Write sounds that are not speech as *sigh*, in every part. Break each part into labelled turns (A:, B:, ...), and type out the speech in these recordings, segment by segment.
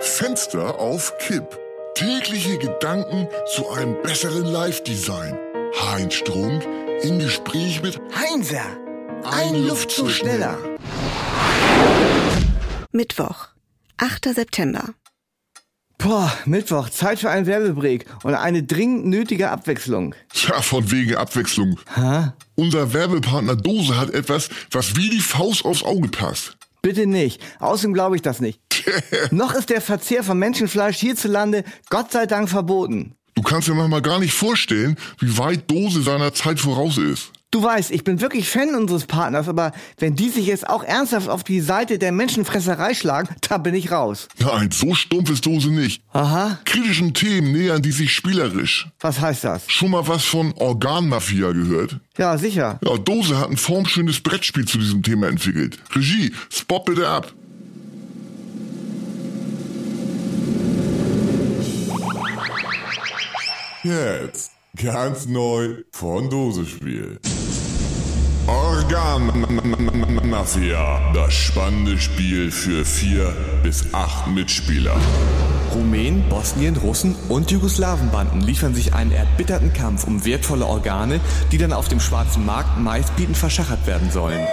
A: Fenster auf Kipp. Tägliche Gedanken zu einem besseren Live-Design. Heinz Strunk im Gespräch mit
B: Heinser, ein, Luftzug schneller.
C: Mittwoch, 8. September.
B: Boah, Mittwoch, Zeit für einen Werbebreak und eine dringend nötige Abwechslung.
A: Tja, von wegen Abwechslung.
B: Hä?
A: Unser Werbepartner Dose hat etwas, was wie die Faust aufs Auge passt.
B: Bitte nicht. Außerdem glaube ich das *laughs* nicht. Noch ist der Verzehr von Menschenfleisch hierzulande Gott sei Dank verboten.
A: Du kannst dir manchmal gar nicht vorstellen, wie weit Dose seiner Zeit voraus ist.
B: Du weißt, ich bin wirklich Fan unseres Partners, aber wenn die sich jetzt auch ernsthaft auf die Seite der Menschenfresserei schlagen, da bin ich raus.
A: Nein, so stumpf ist Dose nicht.
B: Aha,
A: Kritischen Themen nähern die sich spielerisch.
B: was heißt das?
A: Schon mal was von Organmafia gehört?
B: Ja, sicher.
A: Ja, Dose hat ein formschönes Brettspiel zu diesem Thema entwickelt. Regie, spot bitte ab.
D: Jetzt ganz neu von Dosespiel. Organ Mafia, das spannende Spiel für vier bis acht Mitspieler.
E: Rumänen, Bosnien, Russen und Jugoslawenbanden liefern sich einen erbitterten Kampf um wertvolle Organe, die dann auf dem schwarzen Markt meist bieten verschachert werden sollen.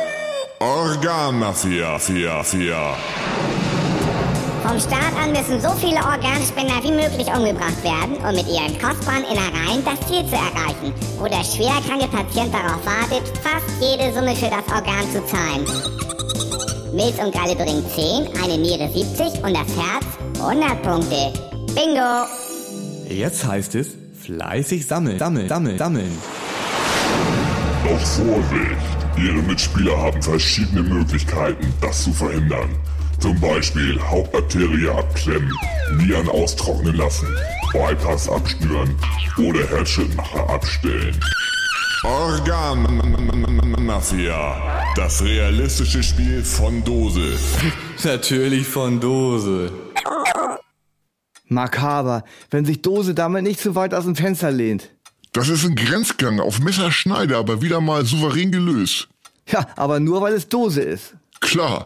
D: Organ Mafia, Fia, Fia.
F: Vom Staat an müssen so viele Organspender wie möglich umgebracht werden, um mit ihren kostbaren Innereien das Ziel zu erreichen, wo der schwerkranke Patient darauf wartet, fast jede Summe für das Organ zu zahlen. Milz und Galle bringen 10, eine Niere 70 und das Herz 100 Punkte. Bingo!
E: Jetzt heißt es, fleißig sammeln, sammeln, sammeln, sammeln.
D: Doch Vorsicht! Ihre Mitspieler haben verschiedene Möglichkeiten, das zu verhindern. Zum Beispiel Hauptarterie abklemmen, Nieren austrocknen lassen, Bypass abschnüren oder Herzschrittmacher abstellen. Organ-Mafia. Das realistische Spiel von Dose.
E: Natürlich von Dose.
B: Makaber, wenn sich Dose damit nicht zu weit aus dem Fenster lehnt.
A: Das ist ein Grenzgang auf Messerschneider, aber wieder mal souverän gelöst.
B: Ja, aber nur weil es Dose ist.
A: Klar,